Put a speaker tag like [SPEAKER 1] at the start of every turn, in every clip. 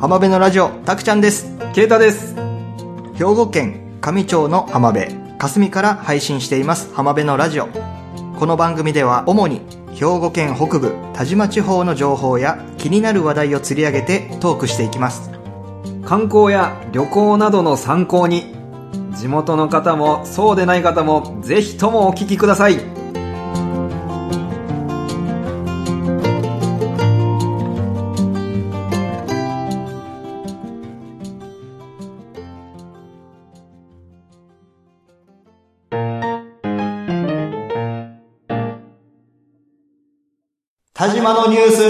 [SPEAKER 1] 浜辺のラジオたくちゃんです
[SPEAKER 2] ケイタです。
[SPEAKER 1] 兵庫県上町の浜辺霞から配信しています浜辺のラジオこの番組では主に兵庫県北部田島地方の情報や気になる話題を釣り上げてトークしていきます
[SPEAKER 2] 観光や旅行などの参考に、地元の方もそうでない方もぜひともお聞きください。
[SPEAKER 1] 田島のニュース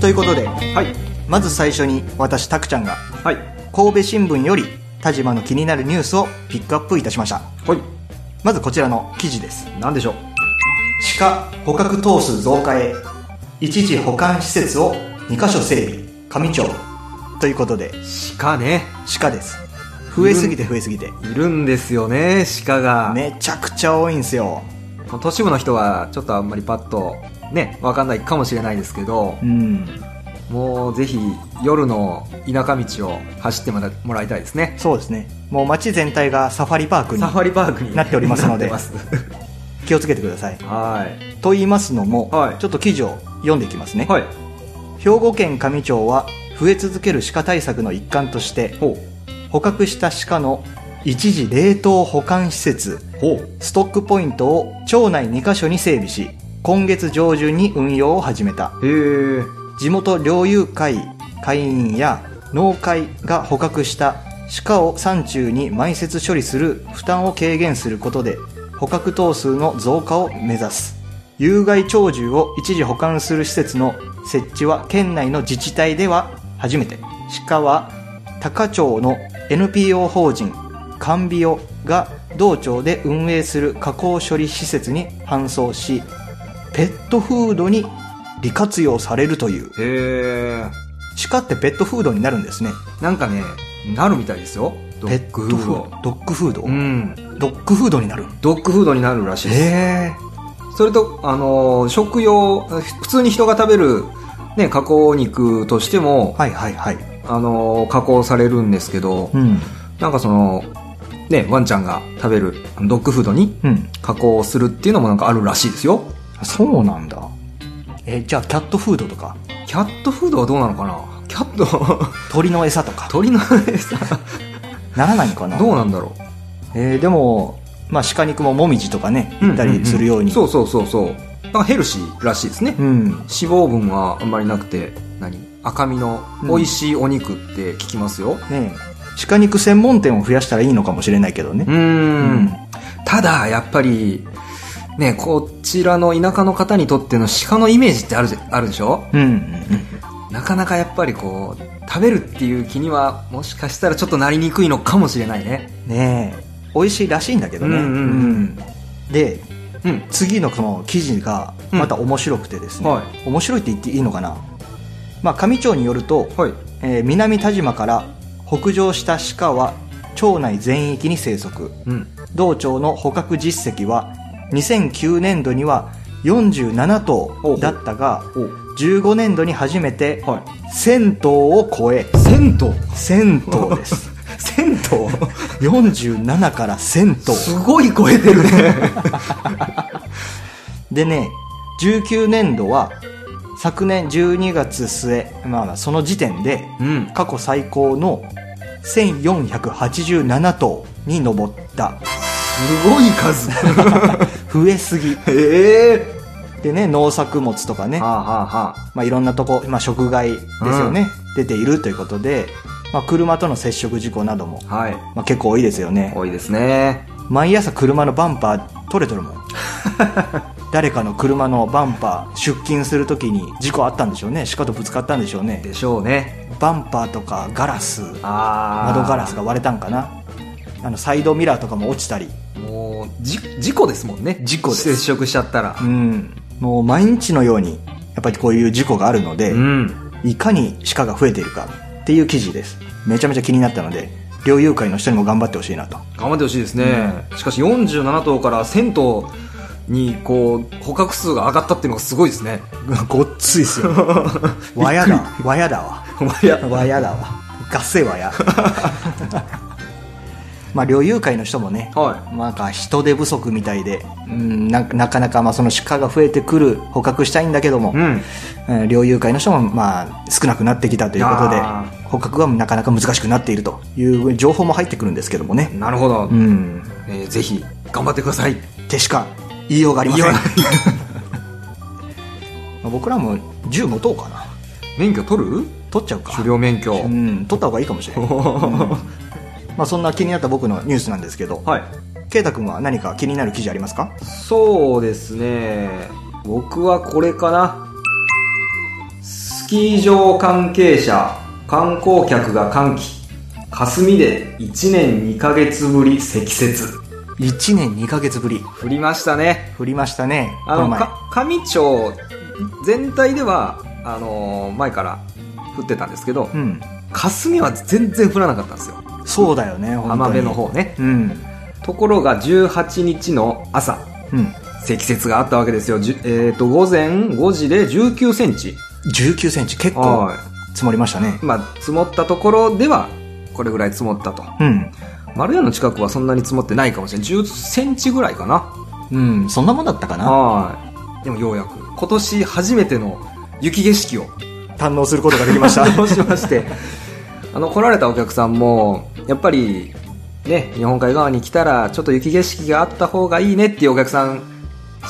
[SPEAKER 1] ということで
[SPEAKER 2] はい。
[SPEAKER 1] まず最初に私たくちゃんが
[SPEAKER 2] はい。
[SPEAKER 1] 神戸新聞より田島の気になるニュースをピックアップいたしました
[SPEAKER 2] はい。
[SPEAKER 1] まずこちらの記事です
[SPEAKER 2] なんでしょう
[SPEAKER 1] 鹿捕獲頭数増加へ一時保管施設を2カ所整備上町ということで
[SPEAKER 2] 鹿ね。
[SPEAKER 1] 鹿です増えすぎて増えすぎて
[SPEAKER 2] いるんですよね、鹿が。
[SPEAKER 1] めちゃくちゃ多いんすよ
[SPEAKER 2] 都市部の人はちょっとあんまりパッとね、わかんないかもしれないですけど、
[SPEAKER 1] うん
[SPEAKER 2] もうぜひ夜の田舎道を走ってもらいたいですね。
[SPEAKER 1] そうですねもう街全体がサファリパークに
[SPEAKER 2] サファリパークに
[SPEAKER 1] なっておりますので
[SPEAKER 2] なってます
[SPEAKER 1] 気をつけてください
[SPEAKER 2] はい。
[SPEAKER 1] と言いますのも、
[SPEAKER 2] はい
[SPEAKER 1] ちょっと記事を読んでいきますね、
[SPEAKER 2] はい。
[SPEAKER 1] 兵庫県上町は増え続ける鹿対策の一環として
[SPEAKER 2] ほ
[SPEAKER 1] 捕獲した鹿の一時冷凍保管施設
[SPEAKER 2] う。ほう。
[SPEAKER 1] ストックポイントを町内2カ所に整備し今月上旬に運用を始めた
[SPEAKER 2] へえ。
[SPEAKER 1] 地元猟友会会員や農会が捕獲した鹿を山中に埋設処理する負担を軽減することで捕獲頭数の増加を目指す有害鳥獣を一時保管する施設の設置は県内の自治体では初めて鹿は高町の NPO 法人官ビオが同町で運営する加工処理施設に搬送しペットフードに利活用されるという
[SPEAKER 2] へえ。
[SPEAKER 1] 鹿ってペットフードになるんですね
[SPEAKER 2] なんかね、なるみたいですよ。ド
[SPEAKER 1] ペッ
[SPEAKER 2] ッ
[SPEAKER 1] ト
[SPEAKER 2] グ
[SPEAKER 1] フ
[SPEAKER 2] フー
[SPEAKER 1] ー
[SPEAKER 2] ド。
[SPEAKER 1] ドドッグフード、
[SPEAKER 2] うん。
[SPEAKER 1] ドッグフードになる
[SPEAKER 2] ドッグフードになるらしいです。
[SPEAKER 1] へえ
[SPEAKER 2] それと、あのー食用、普通に人が食べる、ね、加工肉としても、
[SPEAKER 1] はいはいはい
[SPEAKER 2] あのー加工されるんですけど、
[SPEAKER 1] うん
[SPEAKER 2] なんかその、ね、ワンちゃんが食べるあのドッグフードに
[SPEAKER 1] うん
[SPEAKER 2] 加工するっていうのもなんかあるらしいですよ。
[SPEAKER 1] そうなんだえじゃあキャットフードとか
[SPEAKER 2] キャットフードはどうなのかなキャット、
[SPEAKER 1] 鳥の餌とか
[SPEAKER 2] 鳥の餌、
[SPEAKER 1] ならないのかな
[SPEAKER 2] どうなんだろ
[SPEAKER 1] えーでもまあ鹿肉ももみじとかね
[SPEAKER 2] う。
[SPEAKER 1] 行ったりするように
[SPEAKER 2] んんんそうそうそうそう。なんかヘルシーらしいですね。
[SPEAKER 1] うん
[SPEAKER 2] 脂肪分はあんまりなくて、何赤身の美味しいお肉って聞きますよ。
[SPEAKER 1] ねえ鹿肉専門店を増やしたらいいのかもしれないけどね
[SPEAKER 2] うーん
[SPEAKER 1] うん
[SPEAKER 2] ただ、やっぱり、ね、こちらの田舎の方にとっての鹿のイメージってあるじゃあるでしょ
[SPEAKER 1] うんうん
[SPEAKER 2] なかなかやっぱりこう、食べるっていう気には、もしかしたらちょっとなりにくいのかもしれないね。
[SPEAKER 1] うんねえ美味しいらしいんだけどね
[SPEAKER 2] うんうんう
[SPEAKER 1] うんで
[SPEAKER 2] うん。
[SPEAKER 1] 次のその記事がまた面白くてですね、
[SPEAKER 2] は
[SPEAKER 1] 面白いって言っていいのかな、まあ、上町によると、
[SPEAKER 2] はい。
[SPEAKER 1] えー南田島から北上した鹿は町内全域に生息
[SPEAKER 2] うん。
[SPEAKER 1] 同町の捕獲実績は2009年度には47
[SPEAKER 2] ほ
[SPEAKER 1] 頭
[SPEAKER 2] うほう
[SPEAKER 1] だったが
[SPEAKER 2] お
[SPEAKER 1] 15年度に初めて
[SPEAKER 2] は
[SPEAKER 1] 1000頭を超え
[SPEAKER 2] い。銭湯
[SPEAKER 1] 1000頭です
[SPEAKER 2] 銭湯
[SPEAKER 1] 47から1000頭
[SPEAKER 2] すごい超えてるね。
[SPEAKER 1] でね、19年度は、昨年12月末、まあまあその時点で、
[SPEAKER 2] うん。
[SPEAKER 1] 過去最高の1487頭に上 った。
[SPEAKER 2] すごい 数。
[SPEAKER 1] 増えすぎ。
[SPEAKER 2] ええ
[SPEAKER 1] でね、農作物とかね、
[SPEAKER 2] はあはあはあ。
[SPEAKER 1] まあいろんなとこ、まあ食害ですよね、出ているということで、まあ車との接触事故なども、
[SPEAKER 2] はい。
[SPEAKER 1] まあ結構多いですよね。
[SPEAKER 2] 多いですね。
[SPEAKER 1] 毎朝車のバンパー取れとるもん。誰かの車のバンパー出勤するときに事故あったんでしょうね鹿とぶつかったんでしょうね
[SPEAKER 2] でしょうね。
[SPEAKER 1] バンパーとかガラス
[SPEAKER 2] ああ。
[SPEAKER 1] 窓ガラスが割れたんかなあのサイドミラーとかも落ちたり
[SPEAKER 2] もう、じ、事故ですもんね。
[SPEAKER 1] 事故です
[SPEAKER 2] 接触しちゃったら
[SPEAKER 1] う。んもう毎日のようにやっぱりこういう事故があるので、
[SPEAKER 2] うん。
[SPEAKER 1] いかに鹿が増えているかっていう記事ですめちゃめちゃ気になったので猟友会の人にも頑張ってほしいなと
[SPEAKER 2] 頑張ってほしいですね。しかし47頭から1000頭にこう捕獲数が上がったっていうのがすごいです ね
[SPEAKER 1] ごっついっすよわやだわやだわ
[SPEAKER 2] いや
[SPEAKER 1] わやだわガセわ やまあ猟友会の人もね、
[SPEAKER 2] は
[SPEAKER 1] なんか人手不足みたいで、うん、ななかなかまあその鹿が増えてくる捕獲したいんだけども、
[SPEAKER 2] うん
[SPEAKER 1] えー猟友会の人もまあ少なくなってきたということで
[SPEAKER 2] あ
[SPEAKER 1] 捕獲がなかなか難しくなっているという情報も入ってくるんですけどもね、
[SPEAKER 2] なるほど、
[SPEAKER 1] うん、
[SPEAKER 2] えーぜひ頑張ってください
[SPEAKER 1] ってしか言いようがありません
[SPEAKER 2] 言いよ
[SPEAKER 1] まあ僕らも銃持とうかな
[SPEAKER 2] 免許取る
[SPEAKER 1] 取っちゃうか
[SPEAKER 2] 狩猟免許、
[SPEAKER 1] うん、取った方がいいかもしれない、まあ、そんな気になった僕のニュースなんですけど
[SPEAKER 2] はい
[SPEAKER 1] 圭太君は何か気になる記事ありますか
[SPEAKER 2] そうですね僕はこれかなスキー場関係者観光客が歓喜霞で1年2ヶ月ぶり積雪
[SPEAKER 1] 1年2ヶ月ぶり
[SPEAKER 2] 降りましたね
[SPEAKER 1] 降りましたねこ
[SPEAKER 2] あ
[SPEAKER 1] の
[SPEAKER 2] の、
[SPEAKER 1] 前
[SPEAKER 2] か上町全体では、あのー前から降ってたんですけど
[SPEAKER 1] う、ん
[SPEAKER 2] 霞は全然降らなかったんですよ。
[SPEAKER 1] そうだよね本当に
[SPEAKER 2] 浜辺の方ね。
[SPEAKER 1] うん
[SPEAKER 2] ところが18日の朝、
[SPEAKER 1] うん
[SPEAKER 2] 積雪があったわけですよ。じゅえっ、と、午前5時で19センチ。
[SPEAKER 1] 1 9ンチ結構
[SPEAKER 2] は
[SPEAKER 1] 積もりましたね
[SPEAKER 2] い。まあ、積もったところでは、これぐらい積もったと。
[SPEAKER 1] うん
[SPEAKER 2] 丸屋の近くはそんなに積もってないかもしれない。10センチぐらいかな。
[SPEAKER 1] うんそんなもんだったかな
[SPEAKER 2] はい。でもようやく、今年初めての雪景色を
[SPEAKER 1] 堪能することができました
[SPEAKER 2] どうしましてあの来られたお客さんもやっぱりね日本海側に来たらちょっと雪景色があった方がいいねっていうお客さん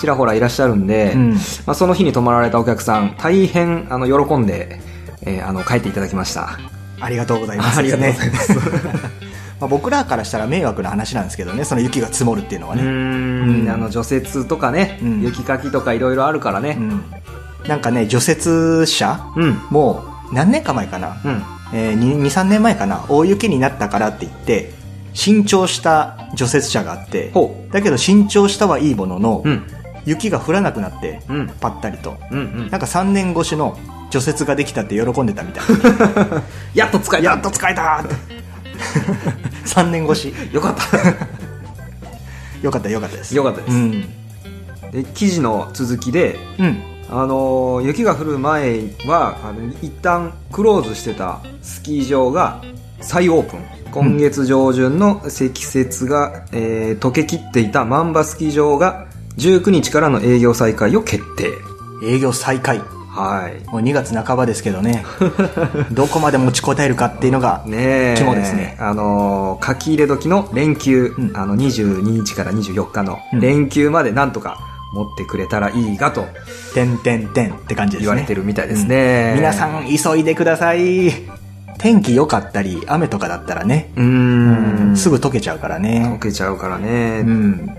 [SPEAKER 2] ちらほらいらっしゃるんで、
[SPEAKER 1] うん
[SPEAKER 2] まあ、その日に泊まられたお客さん大変あの喜んで、えーあの帰っていただきました
[SPEAKER 1] ありがとうございます
[SPEAKER 2] ありがとうござい
[SPEAKER 1] ますまあ僕らからしたら迷惑な話なんですけどねその雪が積もるっていうのは
[SPEAKER 2] う
[SPEAKER 1] ね
[SPEAKER 2] んあの除雪とかね、
[SPEAKER 1] うん
[SPEAKER 2] 雪かきとかいろいろあるから
[SPEAKER 1] う
[SPEAKER 2] ね
[SPEAKER 1] ん、なんかね除雪車
[SPEAKER 2] うんうん、
[SPEAKER 1] もう何年か前かな、え23年前かな大雪になったからって言って新調した除雪車があって
[SPEAKER 2] ほ
[SPEAKER 1] だけど新調したはいいものの、
[SPEAKER 2] ううん
[SPEAKER 1] 雪が降らなくなって、
[SPEAKER 2] うん
[SPEAKER 1] ぱったりと
[SPEAKER 2] うんうん
[SPEAKER 1] なんか3年越しの除雪ができたって喜んでたみたい
[SPEAKER 2] やっと使えた
[SPEAKER 1] やっと使えたーって3 年越し
[SPEAKER 2] よかった
[SPEAKER 1] よかったよかったです
[SPEAKER 2] よかったです
[SPEAKER 1] うん、
[SPEAKER 2] で記事の続きで
[SPEAKER 1] うん、
[SPEAKER 2] あのー雪が降る前はあの一旦クローズしてたスキー場が再オープン今月上旬の積雪が、えー溶けきっていた万場スキー場が19日からの営業再開を決定
[SPEAKER 1] 営業再開
[SPEAKER 2] はい
[SPEAKER 1] もう2月半ばですけど ねどこまで持ちこたえるかっていうのが
[SPEAKER 2] ねえ
[SPEAKER 1] 肝ですね
[SPEAKER 2] あのー書き入れ時の連休、
[SPEAKER 1] うん
[SPEAKER 2] あの22日から24日の
[SPEAKER 1] うん
[SPEAKER 2] 連休までなんとか持ってくれたらいいがと
[SPEAKER 1] 「てんてんてん」って感じですね
[SPEAKER 2] 言われてるみたいですね、
[SPEAKER 1] うん皆さん急いでください天気良かったり雨とかだったらね、
[SPEAKER 2] うーん
[SPEAKER 1] すぐ溶けちゃうから
[SPEAKER 2] 溶
[SPEAKER 1] ね、
[SPEAKER 2] けちゃうからね、
[SPEAKER 1] うん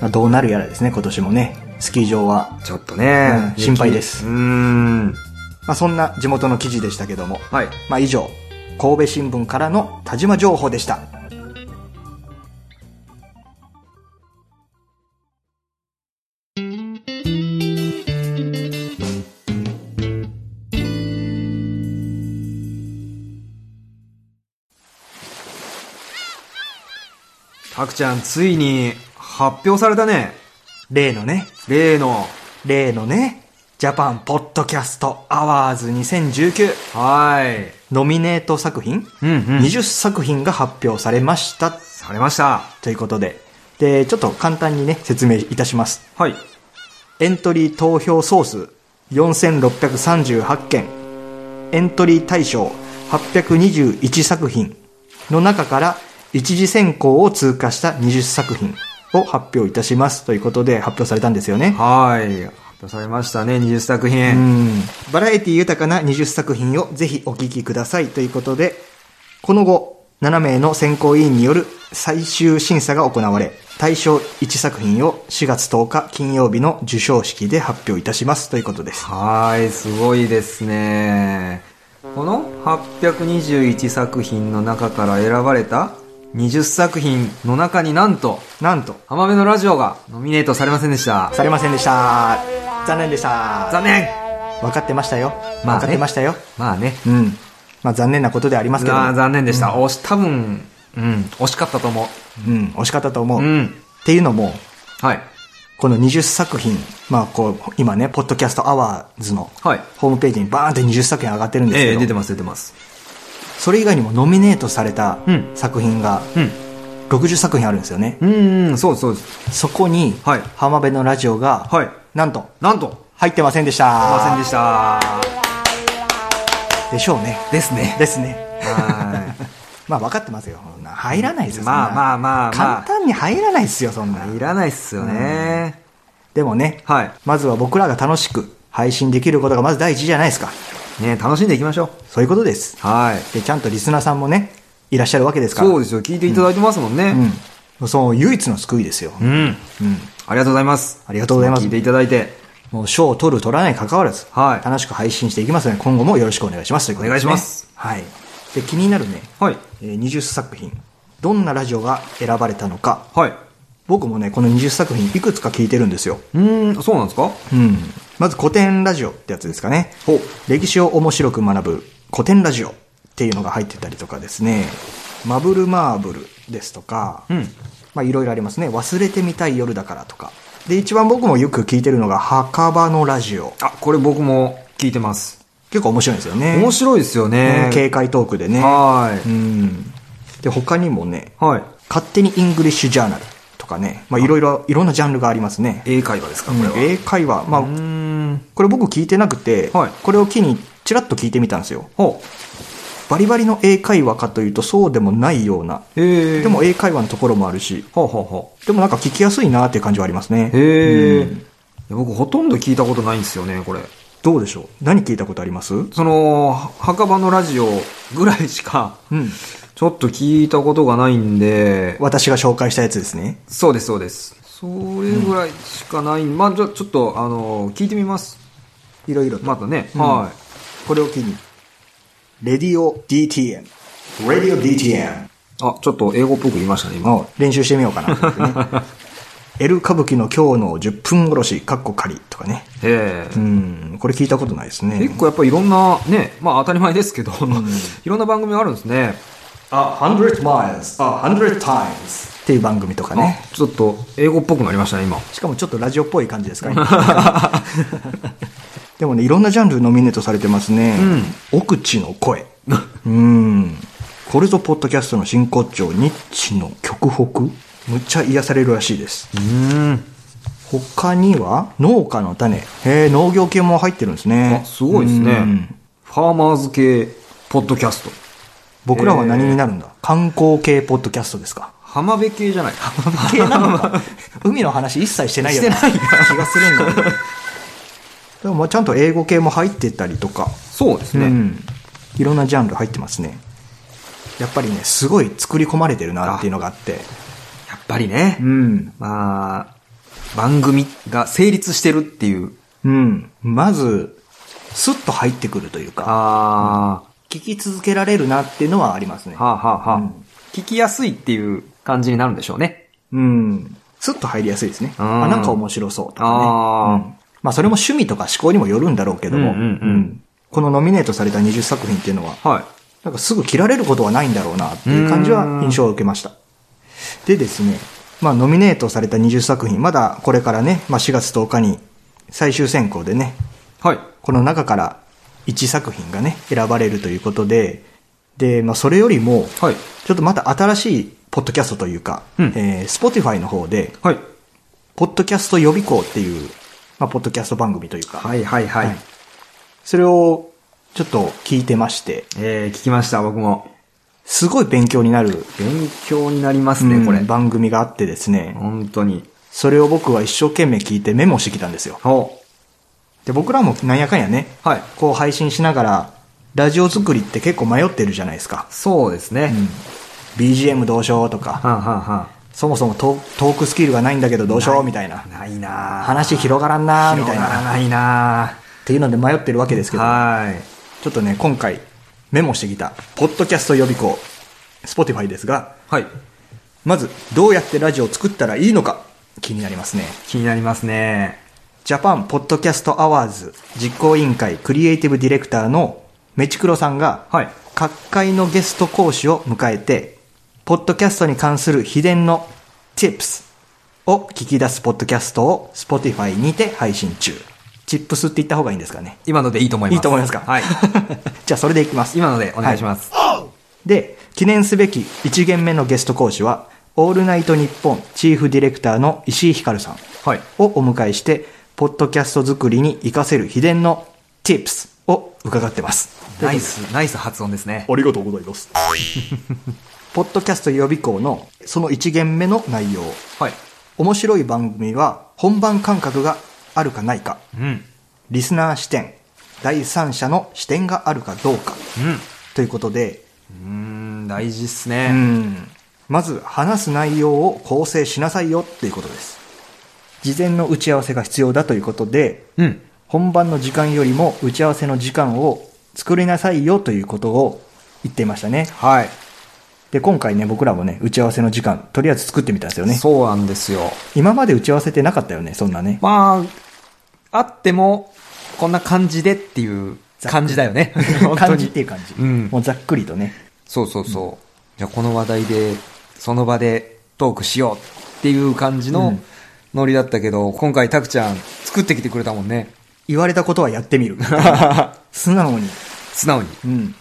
[SPEAKER 1] まあどうなるやらですね今年もねスキー場は、
[SPEAKER 2] ちょっとね、
[SPEAKER 1] うん心配です
[SPEAKER 2] うーん。
[SPEAKER 1] まあ、そんな地元の記事でしたけども、
[SPEAKER 2] はい。
[SPEAKER 1] まあ、以上神戸新聞からの田島情報でした
[SPEAKER 2] たくちゃん、ついに発表されたね。
[SPEAKER 1] 例のね
[SPEAKER 2] 例の。
[SPEAKER 1] 例のねジャパンポッドキャストアワーズ2019
[SPEAKER 2] は
[SPEAKER 1] ノミネート作品、
[SPEAKER 2] い。うんうん。
[SPEAKER 1] 20作品が発表されました
[SPEAKER 2] されました。
[SPEAKER 1] ということででちょっと簡単にね説明いたします
[SPEAKER 2] はい。
[SPEAKER 1] エントリー投票総数4638件エントリー対象821作品の中から一次選考を通過した20作品を発表いたしますということで発表されたんですよね
[SPEAKER 2] はい。発表されましたね、20作
[SPEAKER 1] う
[SPEAKER 2] 品。
[SPEAKER 1] んバラエティ豊かな20作品をぜひお聴きくださいということでこの後7名の選考委員による最終審査が行われ大賞1作品を4月10日金曜日の授賞式で発表いたしますということです
[SPEAKER 2] はい、すごいですね。この821作品の中から選ばれた20作品の中になんと、
[SPEAKER 1] なんと
[SPEAKER 2] 浜辺のラジオがノミネートされませんでした。
[SPEAKER 1] されませんでした残念でした
[SPEAKER 2] 残念
[SPEAKER 1] 分かってましたよ、
[SPEAKER 2] まあね
[SPEAKER 1] 分かってましたよ
[SPEAKER 2] まあね。
[SPEAKER 1] うんまあ残念なことでありますけど
[SPEAKER 2] あー残念でした、惜し多分、うん、惜しかったと思
[SPEAKER 1] うん惜しかったと思う、
[SPEAKER 2] う、
[SPEAKER 1] っ
[SPEAKER 2] うん、
[SPEAKER 1] ていうのも
[SPEAKER 2] はい
[SPEAKER 1] この20作品、まあこう、今ね、ポッドキャストアワーズの
[SPEAKER 2] はい。
[SPEAKER 1] ホームページにバーンって20作品上がってるんです
[SPEAKER 2] え
[SPEAKER 1] け
[SPEAKER 2] え
[SPEAKER 1] ど、
[SPEAKER 2] 出てます、出てます。
[SPEAKER 1] それ以外にもノミネートされた
[SPEAKER 2] うん
[SPEAKER 1] 作品が
[SPEAKER 2] うん。
[SPEAKER 1] 60作品あるんですよね。
[SPEAKER 2] うん、うん、そうですそうです。
[SPEAKER 1] そこに
[SPEAKER 2] はい、
[SPEAKER 1] 浜辺のラジオが、
[SPEAKER 2] はい。
[SPEAKER 1] なんと、
[SPEAKER 2] なんと、
[SPEAKER 1] 入ってませんでし
[SPEAKER 2] すいません
[SPEAKER 1] た。
[SPEAKER 2] でした。
[SPEAKER 1] でしょうね。
[SPEAKER 2] ですね。
[SPEAKER 1] ですね。
[SPEAKER 2] は
[SPEAKER 1] まあ分かってますよ。そんな入らないです
[SPEAKER 2] い。
[SPEAKER 1] よ。
[SPEAKER 2] まあまあ
[SPEAKER 1] あ。
[SPEAKER 2] まあま
[SPEAKER 1] 簡単に入らないですよ、そんな
[SPEAKER 2] あ。。 いらないっすよね。
[SPEAKER 1] でもね、
[SPEAKER 2] は
[SPEAKER 1] まずは僕らが楽しく配信できることがまず第一じゃないですか。
[SPEAKER 2] い。ね楽しんでいきましょう。
[SPEAKER 1] そういうことです。
[SPEAKER 2] はい。
[SPEAKER 1] で、ちゃんとリスナーさんもね、いらっしゃるわけですから。
[SPEAKER 2] そう
[SPEAKER 1] う
[SPEAKER 2] ですよ。聞いていただいてますもんね。
[SPEAKER 1] ん。その唯一の救いですよ。
[SPEAKER 2] うん。
[SPEAKER 1] うん。
[SPEAKER 2] ありがとうございます。
[SPEAKER 1] ありがとうございます
[SPEAKER 2] 聞いていただいて。
[SPEAKER 1] もう賞を取る取らない関わらず、
[SPEAKER 2] はい
[SPEAKER 1] 楽しく配信していきますので、今後もよろしくお願いしますということでね
[SPEAKER 2] お願いします。
[SPEAKER 1] はい。で、気になるね、
[SPEAKER 2] はい。
[SPEAKER 1] えー20作品。どんなラジオが選ばれたのか。
[SPEAKER 2] はい。
[SPEAKER 1] 僕もね、この20作品いくつか聞いてるんですよ。
[SPEAKER 2] うーん、そうなんですか
[SPEAKER 1] うん。まず古典ラジオってやつですかね。
[SPEAKER 2] ほう。
[SPEAKER 1] 歴史を面白く学ぶ古典ラジオっていうのが入ってたりとかですね。マブルマーブルですとか、
[SPEAKER 2] うん。
[SPEAKER 1] まあいろいろありますね。忘れてみたい夜だからとか。で、一番僕もよく聞いてるのが墓場のラジオ。
[SPEAKER 2] あ、これ僕も聞いてます。
[SPEAKER 1] 結構面白いんですよね。
[SPEAKER 2] 面白いですよ
[SPEAKER 1] う
[SPEAKER 2] ね
[SPEAKER 1] ん。軽快トークでね。
[SPEAKER 2] は
[SPEAKER 1] うん。で、他にもね、
[SPEAKER 2] い。はい。
[SPEAKER 1] 勝手にイングリッシュジャーナルとかね、まあいろいろ、いろんなジャンルがありますね。
[SPEAKER 2] 英会話ですか、これは。
[SPEAKER 1] 英会話。まあ、
[SPEAKER 2] うーん。
[SPEAKER 1] これ僕聞いてなくて、
[SPEAKER 2] はい
[SPEAKER 1] これを機にチラッと聞いてみたんですよ。
[SPEAKER 2] ほ
[SPEAKER 1] バリバリの英会話かというとそうでもないような。
[SPEAKER 2] う。へえ。
[SPEAKER 1] で、も英会話のところもあるし、
[SPEAKER 2] ほうほうほ
[SPEAKER 1] でもなんか聞きやすいなっていう感じはありますね。
[SPEAKER 2] う。へえ
[SPEAKER 1] うん。
[SPEAKER 2] 僕ほとんど聞いたことないんですよね、これ。
[SPEAKER 1] どうでしょう何聞いたことありますうん。
[SPEAKER 2] その、墓場のラジオぐらいしか、ちょっと聞いたことがないんで、
[SPEAKER 1] 私が紹介したやつですね。
[SPEAKER 2] そうです、そうです。それぐらいしかない、まあ、じゃあちょっと、あの、聞いてみます。
[SPEAKER 1] いろいろと。
[SPEAKER 2] またね。
[SPEAKER 1] うん
[SPEAKER 2] は
[SPEAKER 1] これを機に。レディオ DTM。レディオ DTM。
[SPEAKER 2] い。あ、ちょっと英語っぽく言いましたね、今。
[SPEAKER 1] を練習してみようかなと思ってね。エル歌舞伎の今日の10分殺し、カッコ仮とかね。
[SPEAKER 2] へえ
[SPEAKER 1] う。ん、これ聞いたことないですね
[SPEAKER 2] 結。構やっぱいろんな、ね、まあ当たり前ですけど、 いろんな番組があるんですね。
[SPEAKER 1] A hundred miles, a hundred times っていう番組とか
[SPEAKER 2] あ
[SPEAKER 1] ね。
[SPEAKER 2] ちょっと英語っぽくなりましたね、今。
[SPEAKER 1] しかもちょっとラジオっぽい感じですか 今でもね、いろんなジャンルノミネートされてますね。奥地の声。うん。これぞポッドキャストの真骨頂、ニッチの極北むっちゃ癒されるらしいです。
[SPEAKER 2] うん。
[SPEAKER 1] 他には農家の種。へえ、農業系も入ってるんですね
[SPEAKER 2] あ、。すごいですね
[SPEAKER 1] うん。
[SPEAKER 2] ファーマーズ系、ポッドキャスト。
[SPEAKER 1] 僕らは何になるんだ、観光系ポッドキャストですか。
[SPEAKER 2] 浜辺系じゃない。
[SPEAKER 1] 系なのか 海の話一切してないよ
[SPEAKER 2] してない
[SPEAKER 1] 気がするんだけど。でもまあちゃんと英語系も入ってたりとか、
[SPEAKER 2] そうです
[SPEAKER 1] う
[SPEAKER 2] ね。
[SPEAKER 1] ん。いろんなジャンル入ってますね。やっぱりね、すごい作り込まれてるなっていうのがあって。
[SPEAKER 2] やっぱりね
[SPEAKER 1] う。ん。
[SPEAKER 2] まあ、番組が成立してるっていう。
[SPEAKER 1] うん。まず、スッと入ってくるというか、
[SPEAKER 2] あ
[SPEAKER 1] 聞き続けられるなっていうのはありますね
[SPEAKER 2] あ、。はあはあはあ、
[SPEAKER 1] うん
[SPEAKER 2] 聞きやすいっていう感じになるんでしょうね。
[SPEAKER 1] うん。スッと入りやすいですね。
[SPEAKER 2] うん
[SPEAKER 1] あ、なんか面白そうとかね。
[SPEAKER 2] あー
[SPEAKER 1] うんまあそれも趣味とか思考にもよるんだろうけども、
[SPEAKER 2] うんうんうん
[SPEAKER 1] このノミネートされた20作品っていうのは、
[SPEAKER 2] はい。
[SPEAKER 1] なんかすぐ切られることはないんだろうなっていう感じは印象を受けました。でですね、まあノミネートされた20作品、まだこれからね、まあ4月10日に最終選考でね、
[SPEAKER 2] はい。
[SPEAKER 1] この中から1作品がね、選ばれるということで、で、まあそれよりも、
[SPEAKER 2] はい。
[SPEAKER 1] ちょっとまた新しいポッドキャストというか、
[SPEAKER 2] うん
[SPEAKER 1] えー Spotify の方で、
[SPEAKER 2] はい。
[SPEAKER 1] ポッドキャスト予備校っていう、まあ、ポッドキャスト番組というか、
[SPEAKER 2] はいはいはい。
[SPEAKER 1] はいそれをちょっと聞いてまして、
[SPEAKER 2] えー、聞きました、僕も。
[SPEAKER 1] すごい勉強になる、
[SPEAKER 2] 勉強になります
[SPEAKER 1] う
[SPEAKER 2] ね、
[SPEAKER 1] ん
[SPEAKER 2] これ。
[SPEAKER 1] 番組があってですね、
[SPEAKER 2] 本当に。
[SPEAKER 1] それを僕は一生懸命聞いてメモしてきたんですよ。
[SPEAKER 2] ほ
[SPEAKER 1] で、僕らもなんやかんやね、
[SPEAKER 2] う。はい。
[SPEAKER 1] こう配信しながら、ラジオ作りって結構迷ってるじゃないですか。
[SPEAKER 2] そうですね。
[SPEAKER 1] BGM どうしようとか、
[SPEAKER 2] はんはんは
[SPEAKER 1] そもそもトトークスキルがないんだけどどうしようみたいな。
[SPEAKER 2] ん。ないなぁ
[SPEAKER 1] 話広がらんなーみたい
[SPEAKER 2] 広がら
[SPEAKER 1] な。っ
[SPEAKER 2] ないな
[SPEAKER 1] ていうので迷ってるわけです
[SPEAKER 2] ぁ
[SPEAKER 1] けど、
[SPEAKER 2] はい。
[SPEAKER 1] ちょっとね、今回メモしてきた、ポッドキャスト予備校、Spotify ですが、
[SPEAKER 2] はい。
[SPEAKER 1] まず、どうやってラジオを作ったらいいのか、気になりますね。
[SPEAKER 2] 気になりますね。
[SPEAKER 1] ジャパンポッドキャストアワーズ実行委員会クリエイティブディレクターのメチクロさんが、
[SPEAKER 2] はい。
[SPEAKER 1] 各界のゲスト講師を迎えて、ポッドキャストに関する秘伝の tips をを聞き出すポッドキャストを Spotify にて配信中。チップスって言った方がいいんですかね。
[SPEAKER 2] 今のでいいと思いま
[SPEAKER 1] い
[SPEAKER 2] す。
[SPEAKER 1] いと思いますか
[SPEAKER 2] はい。
[SPEAKER 1] じゃあそれでいきます。
[SPEAKER 2] 今のでお願いします。
[SPEAKER 1] で、記念すべき1限目のゲスト講師は、オールナイトニッポンチーフディレクターの石井ひかるさん
[SPEAKER 2] はい
[SPEAKER 1] をお迎えして、ポッドキャスト作りに活かせる秘伝の tips を伺ってます。
[SPEAKER 2] ナイス、ナイス発音ですね。
[SPEAKER 1] ありがとうございます。 ポッドキャスト予備校のその1限目の内容。
[SPEAKER 2] はい。
[SPEAKER 1] 面白い番組は本番感覚があるかないか。
[SPEAKER 2] うん。うん。
[SPEAKER 1] リスナー視点。第三者の視点があるかどうか。ということで、
[SPEAKER 2] うーん、大事っす
[SPEAKER 1] う
[SPEAKER 2] ね。
[SPEAKER 1] ん。まず話す内容を構成しなさいよっていうことです。事前の打ち合わせが必要だということで、
[SPEAKER 2] うん。
[SPEAKER 1] 本番の時間よりも打ち合わせの時間を作りなさいよということを言っていましたね。
[SPEAKER 2] はい。
[SPEAKER 1] で、今回ね、僕らもね、打ち合わせの時間、とりあえず作ってみたんですよね。
[SPEAKER 2] そうなんですよ。
[SPEAKER 1] 今まで打ち合わせってなかったよね、そんなね。
[SPEAKER 2] まあ、あっても、こんな感じでっていう感じだよね。 本当
[SPEAKER 1] 感
[SPEAKER 2] に
[SPEAKER 1] じっていう感じ。
[SPEAKER 2] うん
[SPEAKER 1] もうざっくりとね。
[SPEAKER 2] そうそうそう。じゃあこの話題で、その場でトークしようっていう感じ
[SPEAKER 1] う
[SPEAKER 2] の
[SPEAKER 1] ん
[SPEAKER 2] ノリだったけど、今回タクちゃん作ってきてくれたもんね。
[SPEAKER 1] 言われたことはやって みる。素直に。
[SPEAKER 2] 素直に。
[SPEAKER 1] うん。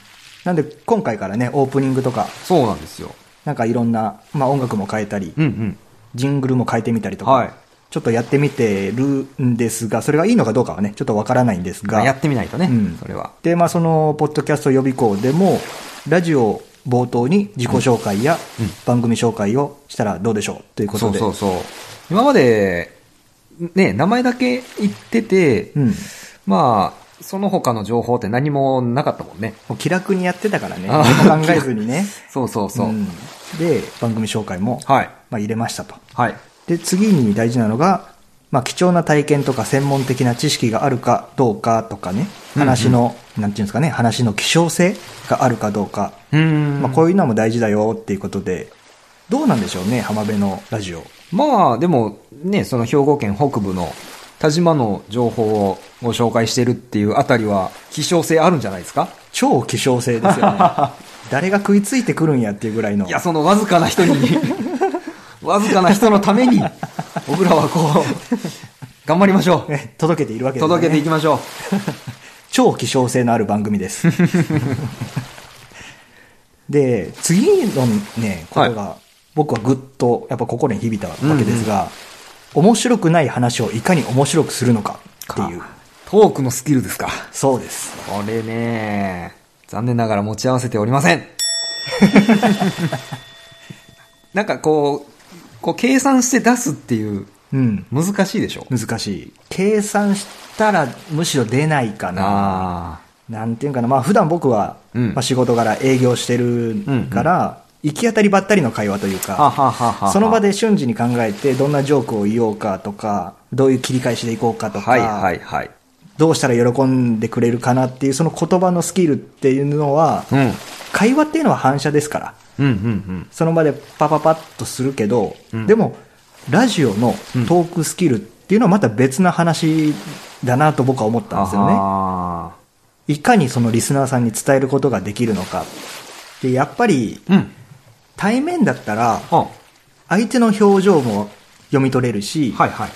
[SPEAKER 1] なんで、今回からね、オープニングとか、
[SPEAKER 2] そうなんですよ。
[SPEAKER 1] なんかいろんな、まあ音楽も変えたり、
[SPEAKER 2] うんうん。
[SPEAKER 1] ジングルも変えてみたりとか、
[SPEAKER 2] はい
[SPEAKER 1] ちょっとやってみてるんですが、それがいいのかどうかはね、ちょっとわからないんですが。
[SPEAKER 2] やってみないとね、
[SPEAKER 1] うん
[SPEAKER 2] それは。
[SPEAKER 1] で、まあ、その、ポッドキャスト予備校でも、ラジオ冒頭に自己紹介や
[SPEAKER 2] うん
[SPEAKER 1] 番組紹介をしたらどうでしょうというこ
[SPEAKER 2] そ
[SPEAKER 1] と
[SPEAKER 2] う
[SPEAKER 1] で。
[SPEAKER 2] そうそう。今まで、ね、名前だけ言ってて、
[SPEAKER 1] うん。も
[SPEAKER 2] まあ、その他の情報って何もなかったもんね。
[SPEAKER 1] う気楽にやってたからね。
[SPEAKER 2] あ
[SPEAKER 1] 何も考えずにね。
[SPEAKER 2] そう そうそう。
[SPEAKER 1] んで、番組紹介も、
[SPEAKER 2] はい。
[SPEAKER 1] まあ、入れましたと。
[SPEAKER 2] はい。
[SPEAKER 1] で、次に大事なのが、まあ、貴重な体験とか専門的な知識があるかどうかとかね、
[SPEAKER 2] うんうん
[SPEAKER 1] 話の、なんていうんですかね、話の希少性があるかどうか、
[SPEAKER 2] うーん。
[SPEAKER 1] まあ、こういうのも大事だよっていうことで、どうなんでしょうね、浜辺のラジオ。
[SPEAKER 2] まあ、でも、ね、その兵庫県北部の田島の情報をご紹介してるっていうあたりは、希少性あるんじゃないですか
[SPEAKER 1] 超希少性です よね。誰が食いついてくるんやっていうぐらいの。
[SPEAKER 2] いや、そのわずかな人に、わずかな人のために、僕らはこう、頑張りましょう。
[SPEAKER 1] ね届けているわけですよね。
[SPEAKER 2] 届けていきましょう。
[SPEAKER 1] 超希少性のある番組 です。で、次のね、ことが、僕はぐっと、やっぱ心に響いたわけですが、面白くない話をいかに面白くするのかっていう。
[SPEAKER 2] トークのスキルですか。
[SPEAKER 1] そうです。
[SPEAKER 2] これね、残念ながら持ち合わせておりません。なんかこう、こう計算して出すっていう、
[SPEAKER 1] うん。
[SPEAKER 2] 難しいでしょ
[SPEAKER 1] 難しい。計算したらむしろ出ないかな。
[SPEAKER 2] あ
[SPEAKER 1] なんていうかな。まあ普段僕は、
[SPEAKER 2] うん
[SPEAKER 1] まあ仕事柄営業してるから、行き当たりばったりの会話というか、
[SPEAKER 2] あ。はははは
[SPEAKER 1] その場。で瞬時に考えて、どんなジョークを言おうかとか、どういう切り返しでいこうかとか、
[SPEAKER 2] はいはいはい。
[SPEAKER 1] どうしたら喜んでくれるかなっていう、その言葉のスキルっていうのは、
[SPEAKER 2] うん。
[SPEAKER 1] 会話っていうのは反射ですから、
[SPEAKER 2] うんうんうん。
[SPEAKER 1] その場でパパパッとするけど、
[SPEAKER 2] うん
[SPEAKER 1] でも、ラジオのトークスキルっていうのはまた別な話だなと僕は思ったんですよね。
[SPEAKER 2] あ
[SPEAKER 1] いかにそのリスナーさんに伝えることができるのか。で、やっぱり、
[SPEAKER 2] ーうん。
[SPEAKER 1] 対面だったら、
[SPEAKER 2] あ
[SPEAKER 1] 相手の表情も読み取れるし、
[SPEAKER 2] はいはい。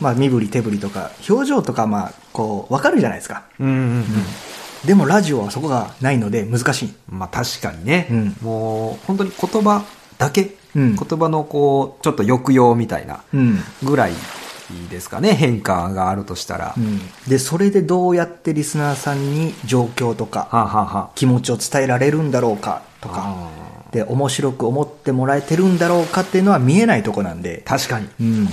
[SPEAKER 1] まあ、身振り手振りとか、表情とか、まあ、こう、わかるじゃないですか。
[SPEAKER 2] うんうんうん。
[SPEAKER 1] でも、ラジオはそこがないので、難しい。
[SPEAKER 2] まあ確かにね。
[SPEAKER 1] うん
[SPEAKER 2] もう、本当に言葉だけ。
[SPEAKER 1] うん
[SPEAKER 2] 言葉のこう、ちょっと抑揚みたいな
[SPEAKER 1] うん。
[SPEAKER 2] ぐらいですかね。変化があるとしたら。
[SPEAKER 1] うん。で、それでどうやってリスナーさんに状況とか、
[SPEAKER 2] はあ、はあは
[SPEAKER 1] 気持ちを伝えられるんだろうか、と
[SPEAKER 2] あ、
[SPEAKER 1] か、
[SPEAKER 2] あ
[SPEAKER 1] で、面白く思ってもらえてるんだろうかっていうのは見えないとこなんで
[SPEAKER 2] ー、確かに。
[SPEAKER 1] うん。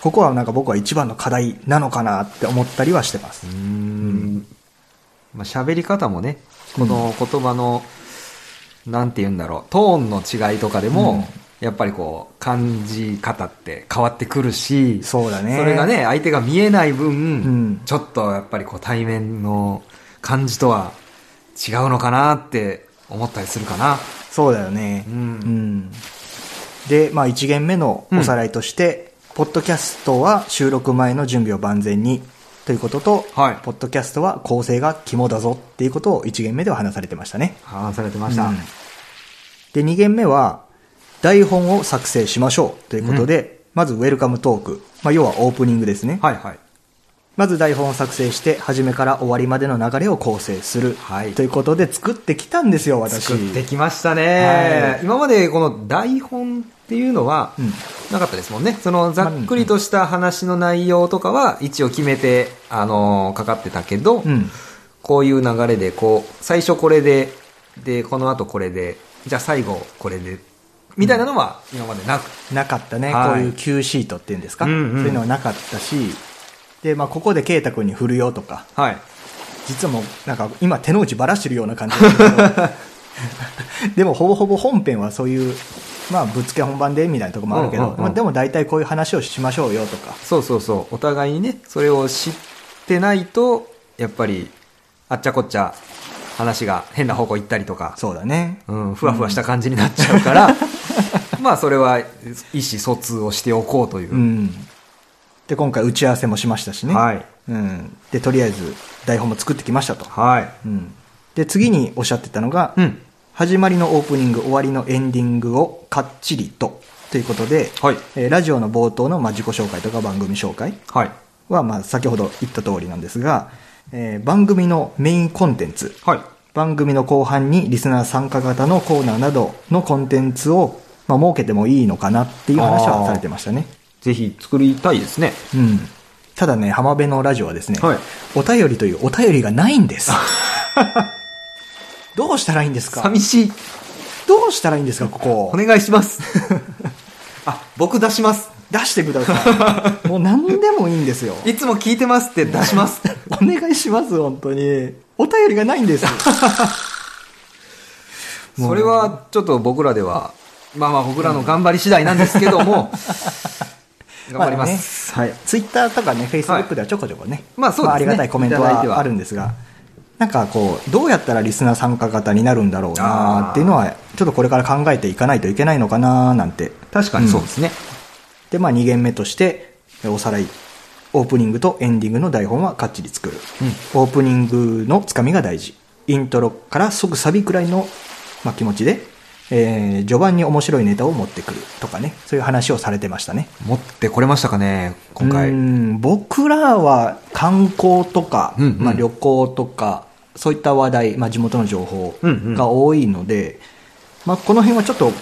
[SPEAKER 1] ここはなんか僕は一番の課題なのかなって思ったりはしてます
[SPEAKER 2] う。ーん。まあ喋り方もね、この言葉の、なんて言うんだろう、トーンの違いとかでも、やっぱりこう、感じ方って変わってくるし、
[SPEAKER 1] そうだね。
[SPEAKER 2] それが。ね、相手が見えない分、
[SPEAKER 1] ん
[SPEAKER 2] ちょっとやっぱりこう対面の感じとは違うのかなって思ったりするかな。
[SPEAKER 1] そうだよね。
[SPEAKER 2] うん
[SPEAKER 1] うんで、まあ、1限目のおさらいとして、ポッドキャストは収録前の準備を万全にということと、
[SPEAKER 2] はい
[SPEAKER 1] ポッドキャストは構成が肝だぞっていうことを1限目では話されてましたね。
[SPEAKER 2] 話されてました。
[SPEAKER 1] うんで、2限目は、台本を作成しましょうということで、まずウェルカムトーク。まあ、要はオープニングですね。
[SPEAKER 2] はいはい。
[SPEAKER 1] まず台本を作成して、初めから終わりまでの流れを構成する。
[SPEAKER 2] はい
[SPEAKER 1] ということで作ってきたんですよ、私。
[SPEAKER 2] 作ってきましたね、
[SPEAKER 1] はい
[SPEAKER 2] 今までこの台本っていうのは
[SPEAKER 1] うん
[SPEAKER 2] なかったですもんねそのざっくりとした話の内容とかは一応決めて、あのーかかってたけど、
[SPEAKER 1] うん。
[SPEAKER 2] こういう流れでこう最初これででこの後これでじゃあ最後これでみたいなのは今までなく、
[SPEAKER 1] なかったね、
[SPEAKER 2] はい
[SPEAKER 1] こういう Q シートっていうんですか、
[SPEAKER 2] うんうん
[SPEAKER 1] そういうのはなかったし、で、まあ、ここで圭太君に振るよとか、
[SPEAKER 2] はい
[SPEAKER 1] 実はもう、なんか今手の内ばらしてるような感じだ けど、でもほぼほぼ本編はそういう、まあ、ぶっつけ本番でみたいなところもあるけど、
[SPEAKER 2] うんうんうん
[SPEAKER 1] まあ、でも大体こういう話をしましょうよとか、
[SPEAKER 2] そうそうそうお互いにねそれを知ってないとやっぱりあっちゃこっちゃ話が変な方向行ったりとか
[SPEAKER 1] そうだね。
[SPEAKER 2] うん、ふわふわした感じになっちゃうから、まあそれは意思疎通をしておこうというう。
[SPEAKER 1] ん。で、今回打ち合わせもしましたしね。
[SPEAKER 2] はい。
[SPEAKER 1] うん。で、とりあえず台本も作ってきましたと。
[SPEAKER 2] はい。
[SPEAKER 1] うん。で、次におっしゃってたのが、
[SPEAKER 2] うん。
[SPEAKER 1] 始まりのオープニング、終わりのエンディングをかっちりと。ということで、
[SPEAKER 2] はい。
[SPEAKER 1] えーラジオの冒頭の、まあ、自己紹介とか番組紹介
[SPEAKER 2] はい。
[SPEAKER 1] は、まあ、先ほど言った通りなんですが、えー番組のメインコンテンツ、
[SPEAKER 2] はい。
[SPEAKER 1] 番組の後半にリスナー参加型のコーナーなどのコンテンツを、まあ、設けてもいいのかなっていう話はされてましたね。
[SPEAKER 2] ぜひ作りたいですね。
[SPEAKER 1] うん。ただね、浜辺のラジオはですね、
[SPEAKER 2] はい
[SPEAKER 1] お便りというお便りがないん です。どうしたらいいんですか
[SPEAKER 2] 寂しい。
[SPEAKER 1] どうしたらいいんですか、こ こ。
[SPEAKER 2] お願いします。あ、僕出します。
[SPEAKER 1] 出してくださ い。もう何でもいいんですよ。
[SPEAKER 2] いつも聞いてますって出し ます。
[SPEAKER 1] お願いします、本当に。お便りがないんです。もう
[SPEAKER 2] それはちょっと僕らでは、まあまあ僕らの頑張り次第なんですけども、 頑張ります。
[SPEAKER 1] まあねはい。ツイッターとかね、フェイスブックではちょこちょこね。
[SPEAKER 2] まあそうですね
[SPEAKER 1] ありがたいコメント
[SPEAKER 2] いただいて
[SPEAKER 1] は
[SPEAKER 2] は
[SPEAKER 1] あるんですが、なんかこう、どうやったらリスナー参加型になるんだろうなっていうのは、ちょっとこれから考えていかないといけないのかななんて。
[SPEAKER 2] 確かにそうですね。
[SPEAKER 1] で、まあ2限目として、おさらい。オープニングとエンディングの台本はかっちり作る。オープニングのつかみが大事。イントロから即サビくらいの、まあ、気持ちで、えー、序盤に面白いネタを持ってくるとかね、そういう話をされてましたね。
[SPEAKER 2] 持ってこれましたかね、今回。
[SPEAKER 1] うーん僕らは観光とか、
[SPEAKER 2] うんうん
[SPEAKER 1] まあ、旅行とかそういった話題、まあ、地元の情報
[SPEAKER 2] うんうん
[SPEAKER 1] が多いので、まあ、この辺はちょっと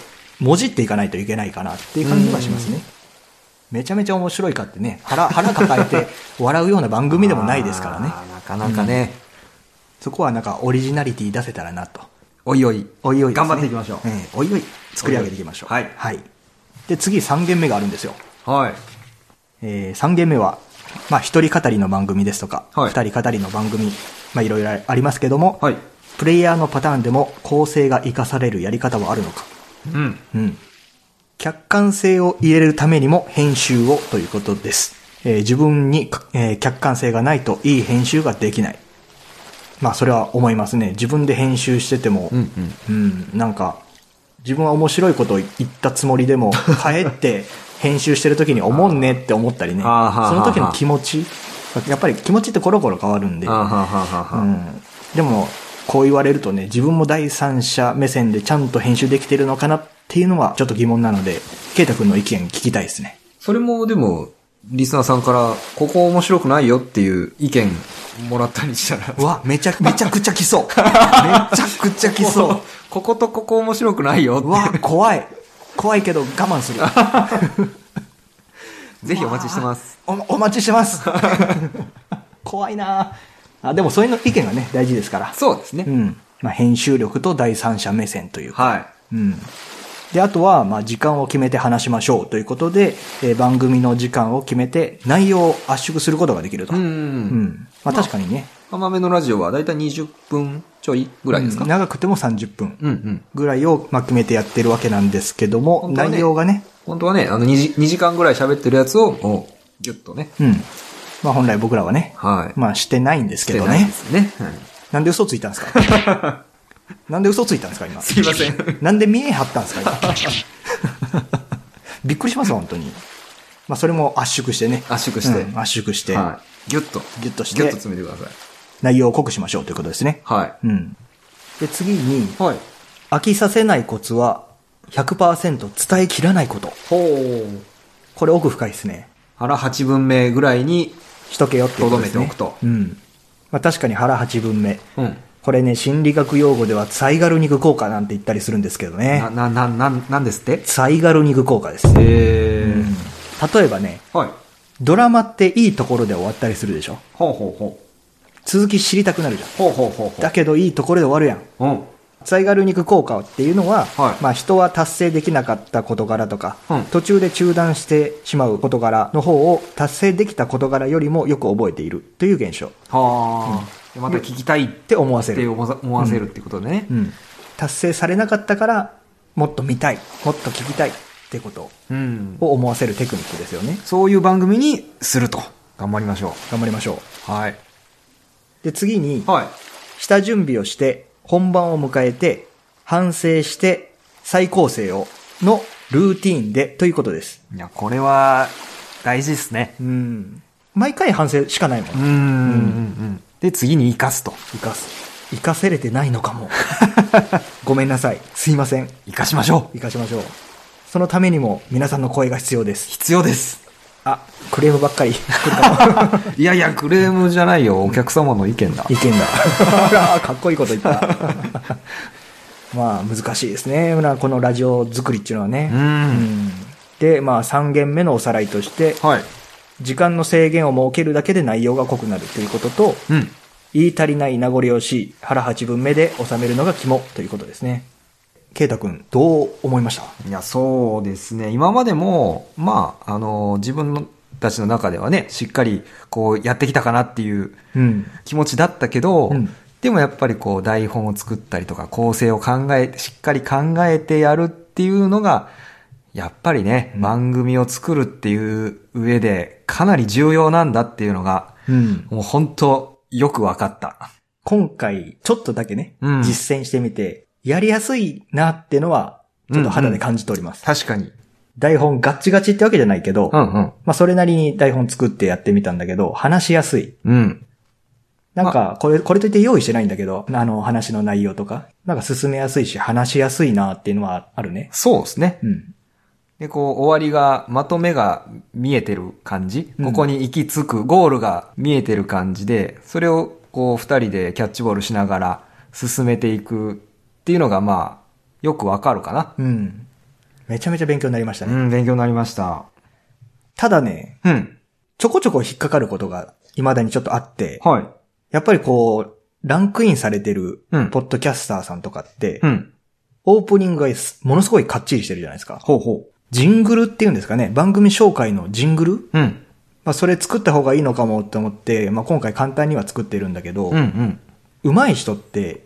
[SPEAKER 1] もじっていかないといけないかなっていう感じはしますねめちゃめちゃ面白いかってね腹腹抱え て笑うような番組でもないですからね
[SPEAKER 2] あーなかなかね、
[SPEAKER 1] そこはなんかオリジナリティ出せたらなと
[SPEAKER 2] おいおい。
[SPEAKER 1] おいおいですね、
[SPEAKER 2] 頑張っていきましょう
[SPEAKER 1] ええおいおい作り上げていきましょう
[SPEAKER 2] はい
[SPEAKER 1] で次3軒目があるんですよ
[SPEAKER 2] はい。
[SPEAKER 1] え3件目は、まあ、一人語りの番組ですとか、
[SPEAKER 2] はい
[SPEAKER 1] 二人語りの番組、まあ、いろいろありますけども、
[SPEAKER 2] はい。
[SPEAKER 1] プレイヤーのパターンでも構成が活かされるやり方はあるのか。
[SPEAKER 2] うん。
[SPEAKER 1] うん。客観性を入れるためにも編集をということです。えー自分にか、えー客観性がないといい編集ができない。まあ、それは思いますね。自分で編集してても、
[SPEAKER 2] うん
[SPEAKER 1] うん、なんか、自分は面白いことを言ったつもりでも、 帰って編集してる時に思うねって思ったりね。そ
[SPEAKER 2] あーはーは
[SPEAKER 1] の
[SPEAKER 2] ー
[SPEAKER 1] 時の気持ち。やっぱり気持ちってコロコロ変わるんで。
[SPEAKER 2] あはは
[SPEAKER 1] う
[SPEAKER 2] はは。
[SPEAKER 1] ん。でも、こう言われるとね、自分も第三者目線でちゃんと編集できてるのかなっていうのはちょっと疑問なので、ケイタ君の意見聞きたいですね。
[SPEAKER 2] それもでも、リスナーさんから、ここ面白くないよっていう意見もらったりしたら。
[SPEAKER 1] うわ、めちゃ、めちゃくちゃ来 そう。めちゃくちゃ来そう。
[SPEAKER 2] こことここ面白くないよ
[SPEAKER 1] うわ、怖い。怖いけど我慢する。
[SPEAKER 2] ぜひお待ちしてます。
[SPEAKER 1] おお待ちして ます。怖いなああでもそういうの意見がね、大事ですから。
[SPEAKER 2] そうですね。
[SPEAKER 1] うん。まあ、編集力と第三者目線というか。
[SPEAKER 2] は
[SPEAKER 1] うん。で、あとは、まあ、時間を決めて話しましょうということで、えー番組の時間を決めて内容を圧縮することができると。
[SPEAKER 2] い。う。
[SPEAKER 1] うんんまあ、確かにね、
[SPEAKER 2] 甘めのラジオはだいたい20分ちょいぐらいですか
[SPEAKER 1] うん長くても30分
[SPEAKER 2] うんうん。
[SPEAKER 1] ぐらいを、まあ、決めてやってるわけなんですけども、
[SPEAKER 2] 本当はね
[SPEAKER 1] 内容がね、
[SPEAKER 2] 本当はね、あの2時 ,2 時間ぐらい喋ってるやつを、もう、ギュッとね。
[SPEAKER 1] うん。まあ、本来僕らはね、
[SPEAKER 2] はい。
[SPEAKER 1] まあ、してないんですけど
[SPEAKER 2] してない
[SPEAKER 1] ね
[SPEAKER 2] で。すね。はい
[SPEAKER 1] なんで嘘ついたんですか なんで嘘ついたんですか、今。
[SPEAKER 2] すいません。
[SPEAKER 1] なんで見え張ったんですか今 びっくりしますよ本当に。まあ、それも圧縮してね。
[SPEAKER 2] 圧縮して
[SPEAKER 1] うん圧縮して、
[SPEAKER 2] はい。ギュッと。
[SPEAKER 1] ギュッとして
[SPEAKER 2] ギュッと詰めてください。
[SPEAKER 1] 内容を濃くしましょうということですね。
[SPEAKER 2] は
[SPEAKER 1] うん。で、次に、
[SPEAKER 2] い。はい。
[SPEAKER 1] 飽きさせないコツは、100%伝えきらないこと。
[SPEAKER 2] ほう。
[SPEAKER 1] これ奥深いですね。
[SPEAKER 2] 腹8分目ぐらいに、
[SPEAKER 1] しとけよってことですね。
[SPEAKER 2] 留めておくと
[SPEAKER 1] うん。まあ確かに腹8分目。
[SPEAKER 2] うん。
[SPEAKER 1] これね、心理学用語では、ツァイガルニク効果なんて言ったりするんですけどね
[SPEAKER 2] な、。な、な、なん、なんですって
[SPEAKER 1] ツァイガルニク効果です。うん
[SPEAKER 2] えー
[SPEAKER 1] 例えばね、
[SPEAKER 2] はい。
[SPEAKER 1] ドラマっていいところで終わったりするでしょ。
[SPEAKER 2] ほうほうほ
[SPEAKER 1] 続き知りたくなるじゃん。
[SPEAKER 2] う。ほうほうほうほう。
[SPEAKER 1] だけどいいところで終わるやん。
[SPEAKER 2] うん。
[SPEAKER 1] ツァイガルニク効果っていうのは、
[SPEAKER 2] はい
[SPEAKER 1] まあ人は達成できなかった事柄とか、
[SPEAKER 2] うん
[SPEAKER 1] 途中で中断してしまう事柄の方を達成できた事柄よりもよく覚えているという現象っ
[SPEAKER 2] はあ、また聞きたいって
[SPEAKER 1] 思わせ
[SPEAKER 2] て
[SPEAKER 1] る。
[SPEAKER 2] 思わ思わせるってことでね
[SPEAKER 1] う。ん。達成されなかったから、もっと見たい、もっと聞きたいってこと
[SPEAKER 2] うん。
[SPEAKER 1] を思わせるテクニックですよね。
[SPEAKER 2] そういう番組にすると。頑張りましょ
[SPEAKER 1] 頑張りましょう。
[SPEAKER 2] う。はい。
[SPEAKER 1] で、次に、
[SPEAKER 2] はい。
[SPEAKER 1] 下準備をして、本番を迎えて、反省して、再構成を、のルーティーンでということです。
[SPEAKER 2] いや、これは、大事ですね。
[SPEAKER 1] うん。毎回反省しかないもん
[SPEAKER 2] う。ん。うん。で、次に生かすと。
[SPEAKER 1] 生かす。生かせれてないのかも。ごめんなさい。すいません。
[SPEAKER 2] 生かしましょ
[SPEAKER 1] 生
[SPEAKER 2] う。
[SPEAKER 1] かしましょう。そのためにも皆さんの声が必要です。
[SPEAKER 2] 必要です。
[SPEAKER 1] あ、クレームばっかり来るかも。
[SPEAKER 2] いやいや、クレームじゃないよ。お客様の意見だ。
[SPEAKER 1] いけんだ。 あらかっこいいこと言った。まあ、難しいですね。まあこのラジオ作りっていうのはね。
[SPEAKER 2] うん
[SPEAKER 1] んで、まあ、3限目のおさらいとして、
[SPEAKER 2] はい。
[SPEAKER 1] 時間の制限を設けるだけで内容が濃くなるということと、
[SPEAKER 2] うん。
[SPEAKER 1] 言い足りない名残惜しい腹八分目で収めるのが肝ということですね。ケイタ君、どう思いました
[SPEAKER 2] いや、そうですね。今までも、まあ、あの、自分のたちの中ではね、しっかり、こう、やってきたかなっていう
[SPEAKER 1] うん。
[SPEAKER 2] 気持ちだったけど、
[SPEAKER 1] うん
[SPEAKER 2] でもやっぱりこう、台本を作ったりとか、構成を考え、しっかり考えてやるっていうのが、やっぱりね、番組を作るっていう上で、かなり重要なんだっていうのが、
[SPEAKER 1] うん。
[SPEAKER 2] もう本当、よくわかった。
[SPEAKER 1] 今回、ちょっとだけね、
[SPEAKER 2] うん
[SPEAKER 1] 実践してみて、やりやすいなってのは、ちょっと肌で感じております。
[SPEAKER 2] 確かに。
[SPEAKER 1] 台本ガッチガチってわけじゃないけど、
[SPEAKER 2] うんうん。
[SPEAKER 1] まあそれなりに台本作ってやってみたんだけど、話しやすい。
[SPEAKER 2] うん。
[SPEAKER 1] なんか、これ、これといって用意してないんだけど、あの、話の内容とか、なんか進めやすいし、話しやすいなっていうのはあるね。
[SPEAKER 2] そうですね。
[SPEAKER 1] うん。
[SPEAKER 2] で、こう、終わりが、まとめが見えてる感じ、
[SPEAKER 1] うん
[SPEAKER 2] ここに行き着く、ゴールが見えてる感じで、それを、こう、二人でキャッチボールしながら進めていくっていうのが、まあ、よくわかるかな。
[SPEAKER 1] うん。めちゃめちゃ勉強になりましたね。
[SPEAKER 2] うん、勉強になりました。
[SPEAKER 1] ただね、
[SPEAKER 2] うん。
[SPEAKER 1] ちょこちょこ引っかかることが未だにちょっとあって、
[SPEAKER 2] はい。
[SPEAKER 1] やっぱりこう、ランクインされてる
[SPEAKER 2] うん、
[SPEAKER 1] ポッドキャスターさんとかって、
[SPEAKER 2] うん。
[SPEAKER 1] オープニングがすものすごいかっちりしてるじゃないですか。
[SPEAKER 2] ほうほ
[SPEAKER 1] ジングルっていうんですかね、番組紹介のジングル
[SPEAKER 2] う。うん。
[SPEAKER 1] まあそれ作った方がいいのかもって思って、まあ今回簡単には作ってるんだけど、
[SPEAKER 2] うんうん。
[SPEAKER 1] 上手い人って、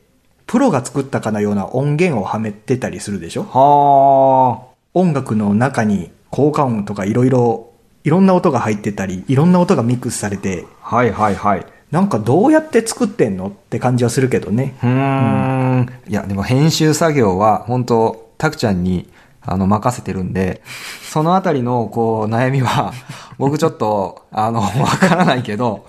[SPEAKER 1] プロが作ったかのような音源をはめてたりするでしょ
[SPEAKER 2] は
[SPEAKER 1] 音楽の中に効果音とかいろいろ、いろんな音が入ってたり、いろんな音がミックスされて、
[SPEAKER 2] あ。はいはいはい。
[SPEAKER 1] なんかどうやって作ってんのって感じはするけどね。
[SPEAKER 2] うーん。いや、でも編集作業は、本当たくちゃんに、あの、任せてるんで、そのあたりの、こう、悩みは、 僕ちょっと、あの、わからないけど、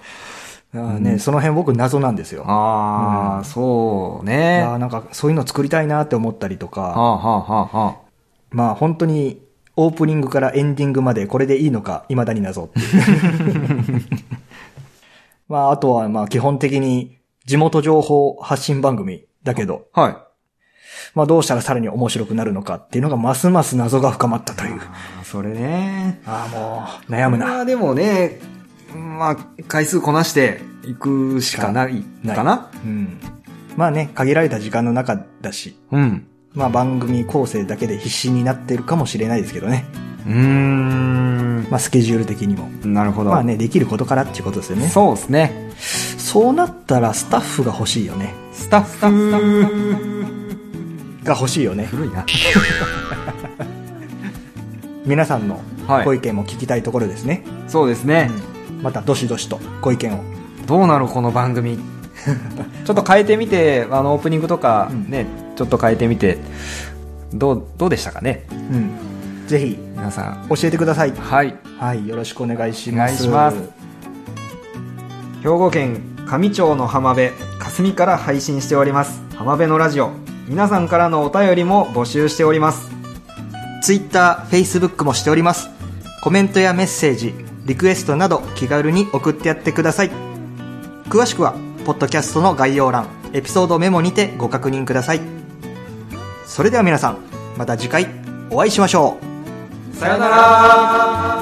[SPEAKER 1] あーね、その辺僕謎なんですよ。あ
[SPEAKER 2] ああ、そうね。
[SPEAKER 1] ー
[SPEAKER 2] は
[SPEAKER 1] なんかそういうの作りたいなって思ったりと
[SPEAKER 2] あ、
[SPEAKER 1] か、
[SPEAKER 2] はあ、はあ、は
[SPEAKER 1] まあ本当にオープニングからエンディングまでこれでいいのか未だに謎っていう。まああとはまあ基本的に地元情報発信番組だけど、
[SPEAKER 2] あ。はい。
[SPEAKER 1] まあどうしたらさらに面白くなるのかっていうのがますます謎が深まったという。
[SPEAKER 2] あーそれね。
[SPEAKER 1] ああもう悩むな。
[SPEAKER 2] まあでもね、まあ、回数こなしていくしかない
[SPEAKER 1] ない
[SPEAKER 2] かな。
[SPEAKER 1] うん。まあね、限られた時間の中だし、
[SPEAKER 2] うん。
[SPEAKER 1] まあ番組構成だけで必死になってるかもしれないですけどね。
[SPEAKER 2] うーん。
[SPEAKER 1] まあスケジュール的にも。
[SPEAKER 2] なるほど。
[SPEAKER 1] まあね、できることからっていうことですよね。
[SPEAKER 2] そうですね。
[SPEAKER 1] そうなったらスタッフが欲しいよね。
[SPEAKER 2] スタッフ、スタッフ、
[SPEAKER 1] が欲しいよね。
[SPEAKER 2] 古いな。
[SPEAKER 1] 皆さんの
[SPEAKER 2] はい
[SPEAKER 1] ご意見も聞きたいところですね。
[SPEAKER 2] そうですね。
[SPEAKER 1] またどしどしとご意見を。
[SPEAKER 2] どうなるこの番 組ちょっと変えてみてあのオープニングとか
[SPEAKER 1] うん
[SPEAKER 2] ね、ちょっと変えてみてどうどうでしたかね
[SPEAKER 1] うん。ぜひ
[SPEAKER 2] 皆さん
[SPEAKER 1] 教えてください。
[SPEAKER 2] はい
[SPEAKER 1] はい、よろしくお願いし
[SPEAKER 2] お
[SPEAKER 1] ま
[SPEAKER 2] 願い
[SPEAKER 1] す。
[SPEAKER 2] します兵庫県上町の浜辺霞から配信しております浜辺のラジオ皆さんからのお便りも募集しております
[SPEAKER 1] ツイッター、フェイスブックもしております。コメントやメッセージリクエストなど気軽に送ってやってください詳しくはポッドキャストの概要欄エピソードメモにてご確認くださいそれでは皆さんまた次回お会いしましょう
[SPEAKER 2] さよなら